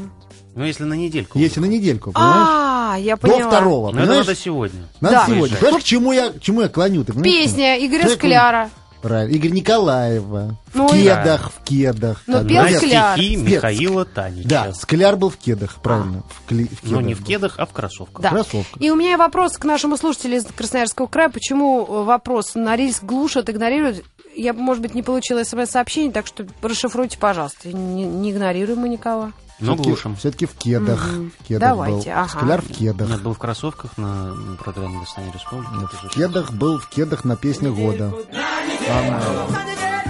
Ну, если на недельку. Если на недельку, понимаешь? А, я До поняла. второго, Ну, это понимаешь? надо сегодня. Надо Да. сегодня. Выезжать. Понимаешь, к чему я, к чему я клоню? Ты понимаешь? Песня Игоря Человек, он- Скляра. Правильно. Игорь Николаева. В Ну и- кедах, в кедах. Ну, там, пел да. На Скляр. стихи Спец. Михаила Танича. Да, Скляр был в кедах, правильно. В, кли- в Но А. не кедах в был. кедах, а в кроссовках. Да. Кроссовка. И у меня вопрос к нашему слушателю из Красноярского края. Почему э, вопрос на риск глушат, игнорируют? Я, может быть, не получила смс-сообщение, так что расшифруйте, пожалуйста. Не, не игнорируем мы никого. Но Всё-таки- глушим. Всё-таки в кедах. Мгм. В кедах Давайте, был. ага. Скляр в кедах. Нет, был в кроссовках на, на программе «Восстание республики». Это же- В кедах был, в кедах на песне года.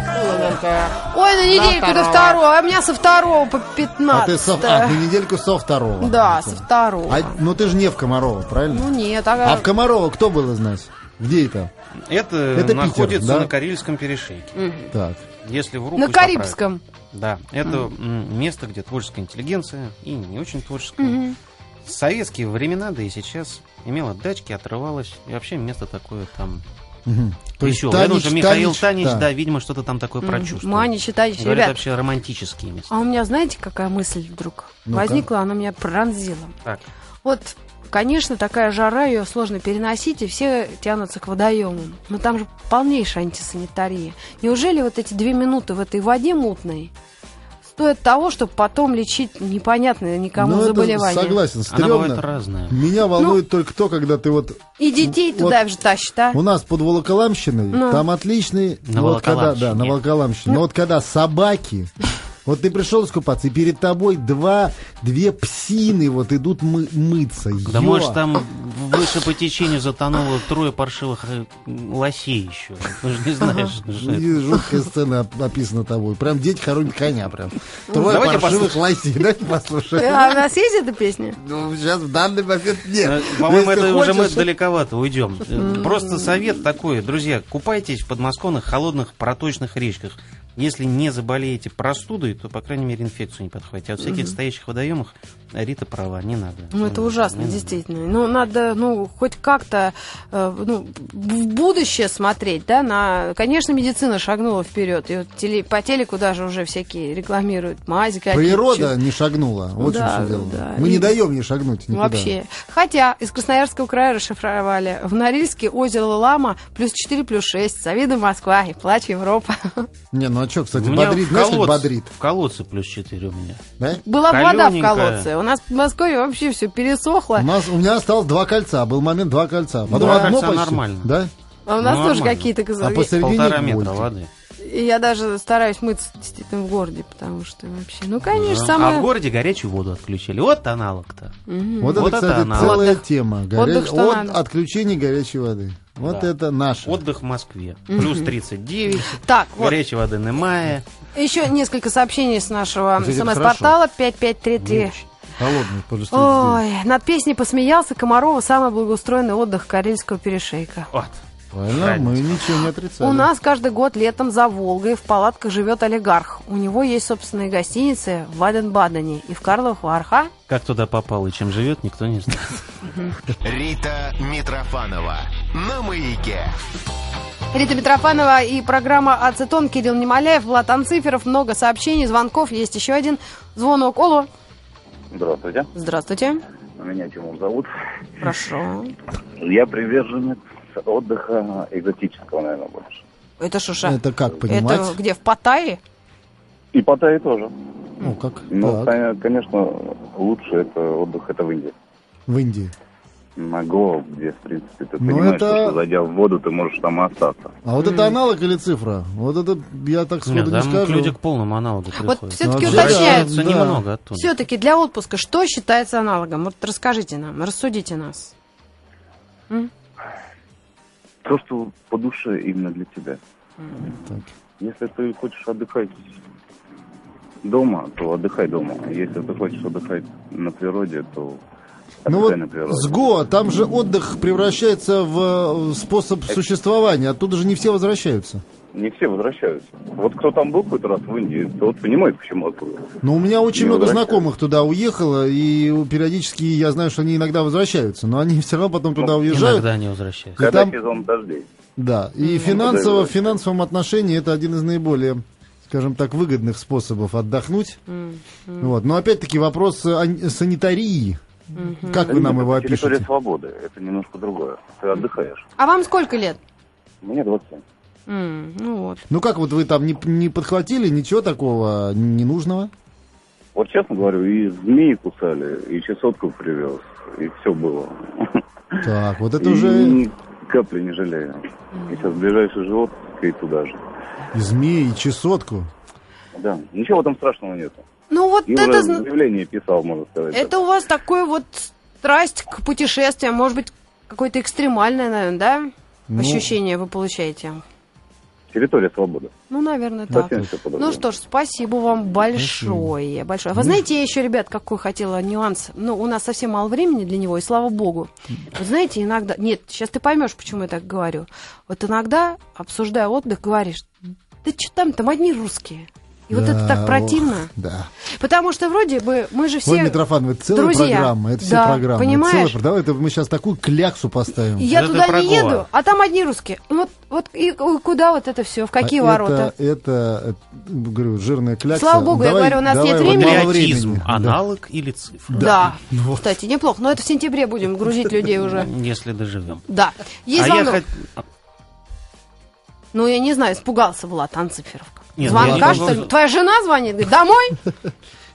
Ой, на недельку до второго, а у меня со второго по А ты со, а, пятнадцатое. на недельку со второго. Да, со второго. А, ну ты же не в Комарово, Ну правильно? нет, А а... в Комарово кто был из нас? Где это? Это, э, Питер, находится да? на Карельском перешейке. Так. Если вру, на пусть поправят. Карибском. Да, это м, место, где творческая интеллигенция и не очень творческая. В советские времена, да и сейчас, имела дачки, отрывалась. И вообще место такое там... Мгм. То есть Еще, Танич, же Михаил Танич, Танич, да. да. видимо, что-то там такое прочувствовал. Мани, читайте, Говорят, ребят. вообще романтические места. А у меня, знаете, какая мысль вдруг Ну-ка. возникла, она меня пронзила. Так, а Вот, конечно, такая жара, ее сложно переносить, и все тянутся к водоемам. Но там же полнейшая антисанитария. Неужели вот эти две минуты в этой воде мутной стоят того, чтобы потом лечить непонятное никому Ну, это заболевание? Ну, согласен, она бывает стрёмно. разная. Меня волнует только то, когда ты вот И детей Вот. туда же тащат, а? У нас под Волоколамщиной, Ну. там отличный... На ну, вот когда, да, на Волоколамщине. Волоколамщине. Но вот когда собаки... Вот ты пришел искупаться, и перед тобой два, две псины вот идут мы- мыться. Да Ё. может там выше по течению затонуло трое паршивых э, лосей еще. Ты же не <laughs> знаешь, что это. Ну, И жуткая сцена оп- описана тобой. Прям дети хоронят коня прям. Трое Давайте паршивых лосей. Давайте послушаем. А у нас есть эта песня? Ну, сейчас в данный момент Э, нет. Ну, По-моему, Если это уже мы хочешь, далековато уйдем. Э, Просто совет такой, друзья, купайтесь в подмосковных холодных проточных речках. Если не заболеете простудой, то, по крайней мере, инфекцию не подхватите. А вот всяких стоящих водоемах э, Рита права, не надо. Ну, Не это надо, ужасно, не надо. действительно. Ну, надо, ну, хоть как-то э, ну, в будущее смотреть, да, на... Конечно, медицина шагнула вперед. И вот теле... по телеку даже уже всякие рекламируют мази какие-то. Природа не шагнула. Вот Да, в чем все дело. да. Мы И- не даем ей шагнуть Ну, никуда. Вообще. Хотя из Красноярского края расшифровали. В Норильске озеро Лама плюс 4, плюс 6. Завидуй Москва и плачь Европа. <laughs> Не, ну а что, кстати, У меня бодрит? в Знаешь, как колодце- бодрит? В колодце плюс 4 у меня. Да? Была б вода в Калёненькая. колодце. У нас в Москве вообще все пересохло. У, нас, у меня осталось два кольца. Был момент два кольца. Потом Два одно кольца почти. нормально. Да? А у нас тоже нормально. какие-то А казаки. посреди Полтора них метра больше. воды. И Я даже стараюсь мыться действительно в городе, потому что вообще... Ну, конечно, Да. самое... А в городе горячую воду отключили. Вот аналог-то. Вот, Вот это, это кстати, она. целая тема. Горя- Отдых, что от надо. отключения горячей воды. Вот Да. это наше. Отдых в Москве. Плюс 39. Так, вот. Горячей воды немає. Еще несколько сообщений с нашего Кстати, это смс-портала 5533. Холодный, пожалуйста. Ой, над песней посмеялся Комарова «Самый благоустроенный отдых Карельского перешейка». Вот. Правильно, мы ничего не отрицаем. У нас каждый год летом за Волгой в палатках живет олигарх. У него есть собственные гостиницы в Ваден-Бадене и в Карловых А Варха. Как туда попал и чем живет, никто не знает. Рита Митрофанова на маяке. Рита Митрофанова и программа «Ацетон» Кирилл Немоляев, Влад Анциферов. Много сообщений, звонков. Есть еще один звонок. Оло, Здравствуйте. здравствуйте. Меня Тимур зовут. Хорошо. Я приверженец отдыха экзотического, наверное, больше. Это Шуша. Это как понимать? Это где, в Паттайе? И Паттайя тоже. Ну, как Ну, так, кон- конечно, лучше это отдых это в Индии. в Индии. На Гоа, где, в принципе, ты Ну, понимаешь, это- что зайдя в воду, ты можешь там остаться. А вот это аналог или цифра? Вот это я так Нет, сходу не Ну, там люди скажу. к полному аналогу Вот приходят. все-таки Ну, уточняют. да. немного оттуда. Все-таки для отпуска что считается аналогом? Вот расскажите нам, рассудите нас. То, что по душе именно для тебя. Так. Если ты хочешь отдыхать дома, то отдыхай дома. Если ты хочешь отдыхать на природе, то отдыхай Ну вот на природе. с Гоа, там же отдых превращается в э, способ существования. Оттуда же не все возвращаются. Не все возвращаются. Вот кто там был какой-то раз в Индии, тот понимает, почему отплыл. Но Ну, у меня очень Не много возвращаются. знакомых туда уехало, и периодически я знаю, что они иногда возвращаются, но они <laughs> все равно потом туда уезжают. Иногда они возвращаются. И Ну, Когда там- сезон дождей. Ну, Да, и финансово, в финансовом отношении это один из наиболее, скажем так, выгодных способов отдохнуть. Вот. Но опять-таки вопрос э, ан- санитарии. Как вы нам Это его территория опишете? свободы. Это немножко другое. Ты отдыхаешь. А вам сколько лет? Мне 27. М, ну вот. Ну как вот вы там не, не подхватили ничего такого ненужного? Вот честно говорю, и змеи кусали, и чесотку привез, и все было. Так, вот это И уже ни капли не жалею. И сейчас ближайший живот и туда же. и змеи, и чесотку. Да, ничего там страшного нету. Ну вот И это... уже зн- заявление писал, можно сказать. Это у вас такой вот страсть к путешествиям, может быть, какое-то экстремальное, наверное, да? Ну. Ощущение вы получаете. Территория свободы. Ну, наверное, так. Совсем все по-другому. Ну что ж, спасибо вам большое. большое. А Вы знаете, я еще, ребят, какой хотела нюанс. Ну, у нас совсем мало времени для него, и слава богу. Вы знаете, иногда... Нет, сейчас ты поймешь, почему я так говорю. Вот иногда, обсуждая отдых, говоришь, да что там, там одни русские. И вот Да, это так ох, противно. Да. Потому что вроде бы мы же Ой, все... Митрофан, это целая друзья. программа. Это все Да, программа. Это понимаешь? целая про- Давай это мы сейчас такую кляксу поставим. Я Это туда не прогон. еду, а там одни русские. Вот, вот и к- куда вот это все? В какие А ворота? Это, это, э, говорю, жирная клякса. Слава богу, я говорю, у нас давай нет вот времени. мало Патриотизм, времени. Ну аналог или цифра, Да. Кстати, неплохо. Но это в сентябре будем грузить людей уже. если доживем. Да. Есть А я звонок. хот- Ну, я не знаю, испугался Влад Анциферовка. Нет, Звонка, я- что ли? Твоя жена звонит, говорит, домой?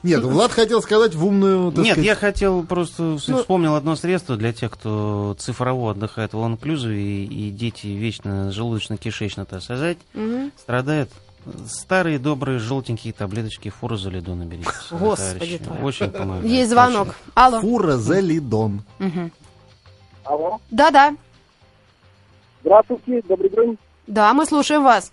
Нет, Влад хотел сказать в умную, так Нет, сказать, я хотел просто вс- Ну. вспомнил одно средство для тех, кто цифрово отдыхает в лонклюзове и, и дети вечно желудочно-кишечно, так сказать, страдают. Старые добрые желтенькие таблеточки фурозолидона берите. Господи товарищи. твой. Очень помогает. Есть звонок. Алло. фура за лидон. Алло, Да-да. здравствуйте, добрый день. Да, мы слушаем вас.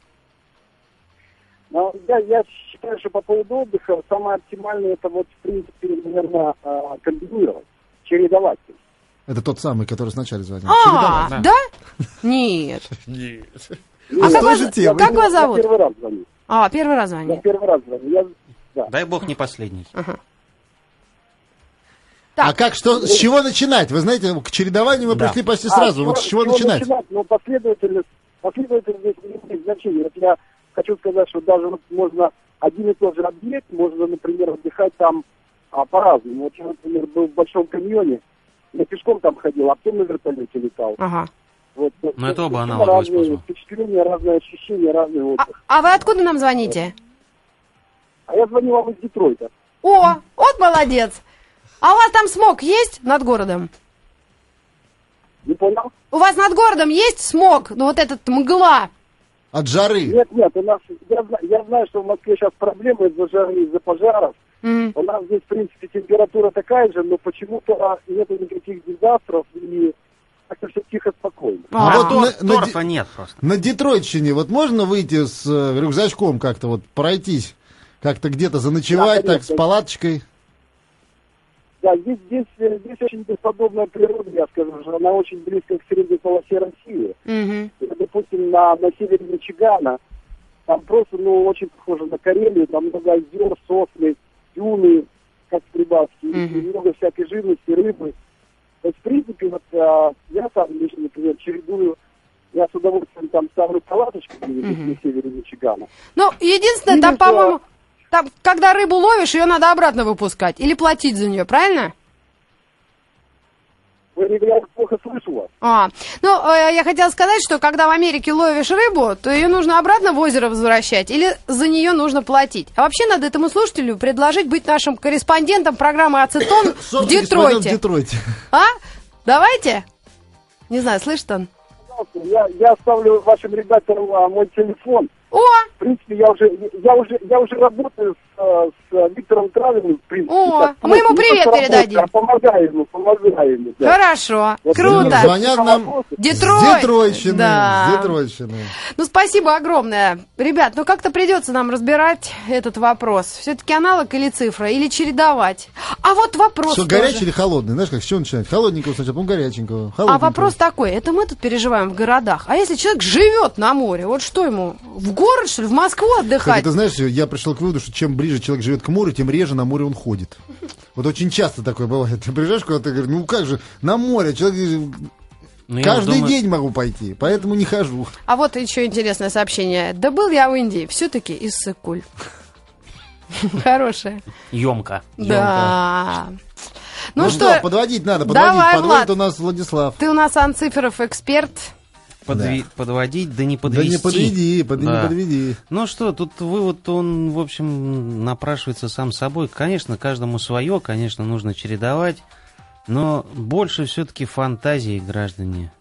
Ну, Я, я считаю, что по поводу отдыха самое оптимальное это вот, в принципе, наверное, а, комбинировать, чередовать. Это тот самый, который сначала звонил. А, да? Нет. Ну, А как Что вас- же тема? как вас Я зовут? первый раз звоню. А, первый раз Я звонит. первый раз звоню. Я, Дай бог не последний. А как, что, с чего начинать? Вы знаете, к чередованию мы пришли почти сразу. вот с чего начинать? А, Ну, последовательность, последовательность здесь не имеет значения. Вот я хочу сказать, что даже вот можно один и тот же объект, можно, например, отдыхать там а, по-разному. Вот я, например, был в Большом каньоне, я пешком там ходил, а потом на вертолете летал. Ага. Вот, Ну, это оба совершенно аналоговые разные способы. Впечатления, разные ощущения, разные А- отдых. А вы откуда нам звоните? А я звоню вам из Детройта. О, вот молодец. А у вас там смог есть над городом? Не понял? У вас над городом есть смог? Ну вот этот мгла. От жары. Нет, нет, у нас, я, зна- я знаю, что в Москве сейчас проблемы из-за жары, из-за пожаров. М. У нас здесь, в принципе, температура такая же, но почему-то нету никаких дизастров и как-то все тихо, спокойно. А, А, вот Тор- на, на торфа Де- нет просто. на Детройтщине вот можно выйти с э, рюкзачком как-то вот пройтись? Как-то где-то заночевать, Да, так, с конечно. палаточкой? Да, здесь, здесь, э, здесь очень бесподобная природа, я скажу, что она очень близко к средней полосе России. мгм. Или, допустим, на, на севере Мичигана, там просто, ну, очень похоже на Карелию, там много озер, сосны, дюны, как в Прибалтике, Мгм. и много всякой живности, рыбы. То есть, в принципе, вот а, я сам лично, например, чередую, я с удовольствием там ставлю палаточку где-нибудь Мгм. на севере Мичигана. Ну, единственное, там, Видишь, да. по-моему, там, когда рыбу ловишь, ее надо обратно выпускать или платить за нее, правильно? Я плохо слышу вас. А, ну, э, я хотела сказать, что когда в Америке ловишь рыбу, то ее нужно обратно в озеро возвращать или за нее нужно платить. А вообще надо этому слушателю предложить быть нашим корреспондентом программы <coughs> «Ацетон» в Собственный корреспондент Детройте. В Детройте. А? Давайте? Не знаю, слышит он? Пожалуйста, Я, я оставлю вашим редакторам а, мой телефон. О, В принципе, я уже, я уже, я уже работаю с, а, с, а, Виктором Травиным. В принципе, О, так. мы ему Не привет просто работаю, передадим. а помогаю ему, помогаю ему. да. А хорошо, Вот круто. именно. Звонят нам Детройт. с Детройщины. Да. С Детройщины. Ну, спасибо огромное. Ребят, ну как-то придется нам разбирать этот вопрос. Все-таки аналог или цифра, или чередовать. А вот вопрос Что, тоже. горячий или холодный? Знаешь, как, с чего начинать? Холодненького сначала, потом горяченького. А холодненького. вопрос такой, это мы тут переживаем в городах. А если человек живет на море, вот что ему, в город, что ли, в Москву Кстати, отдыхать? ты знаешь, я пришел к выводу, что чем ближе человек живет к морю, тем реже на море он ходит. Вот очень часто такое бывает. Ты приезжаешь куда-то и говоришь, ну как же, на море, человек говорит, Ну, я каждый думаю- день могу пойти, поэтому не хожу. А вот еще интересное сообщение. Да был я в Индии, все-таки из <laughs> Сыкуль. Хорошее. Емко. Да. Ну Ну что, что, подводить надо, подводить. Давай, Подводит Влад. у нас Владислав. ты у нас анциферов эксперт. Подве- Подводить, да не Да подвести. не подведи, под- не Да. подведи. Ну что, тут вывод, он, в общем, напрашивается сам собой. Конечно, каждому свое, конечно, нужно чередовать, но больше все-таки фантазии граждане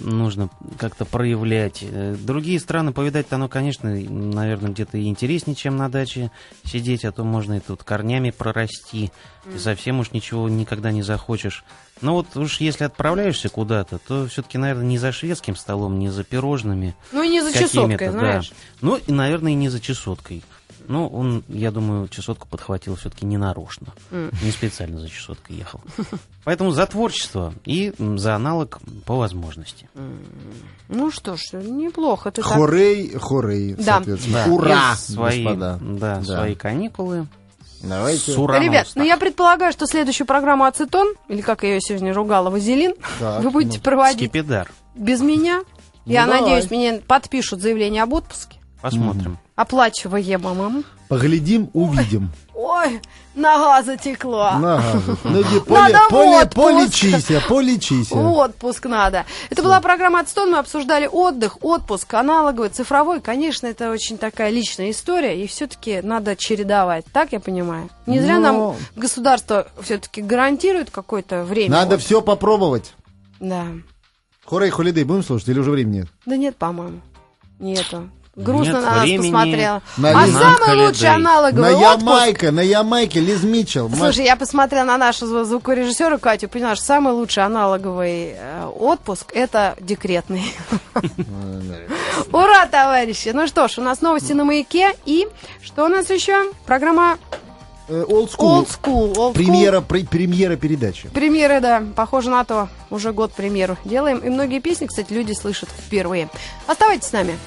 нужно как-то проявлять. Э, Другие страны повидать-то оно, конечно, наверное, где-то и интереснее, чем на даче сидеть, а то можно и тут корнями прорасти, и совсем уж ничего никогда не захочешь. Но вот уж если отправляешься куда-то, то все-таки, наверное, не за шведским столом, не за пирожными, Ну и не за часовкой, какими-то, да. знаешь. Ну, и, наверное, и не за чесоткой. Ну, он, я думаю, чесотку подхватил все-таки не нарочно. М. Не специально за чесоткой ехал. Поэтому за творчество и м, за аналог по возможности. Ну что ж, неплохо. Ты так- Хорей, хорей, Да. соответственно. Да. Ура, И Свои, господа. Да, Да. свои каникулы. Давайте. С ураном Ребят, в ну я предполагаю, что следующую программу «Ацетон», или как я ее сегодня ругала, «Вазелин», Так, вы будете ну, старт. проводить Скипидар. без меня. Ну, я давай. надеюсь, мне подпишут заявление об отпуске, Посмотрим. оплачиваемым. Поглядим, увидим. Ой, нога затекла. Нога. Ну, <laughs> иди, Надо в поле- поле- отпуск. Полечися, полечися. Отпуск надо. Это была программа «Отстон». Мы обсуждали отдых, отпуск, аналоговый, цифровой. Конечно, это очень такая личная история, и все-таки надо чередовать. Так я понимаю? Не зря Но- нам государство все-таки гарантирует какое-то время. Надо Вот. все попробовать. Да. Хорей, холидей будем слушать или уже времени нет? Да нет, по-моему. Нету. Грустно на Нет нас времени. посмотрела. На а Лиз- самый на лучший Holiday. На аналоговый отпуск... Ямайке, на Ямайке Лиз Митчелл. Маш, Слушай, я посмотрела на нашего звукорежиссера Катю, поняла, что самый лучший аналоговый э, отпуск – это декретный. Ура, товарищи! Ну что ж, у нас новости на маяке. И что у нас еще? Программа э, Old School. Old School. Old School. Премьера, пре- премьера передачи. Премьеры, да, похоже на то. Уже год премьеру делаем. И многие песни, кстати, люди слышат впервые. Оставайтесь с нами.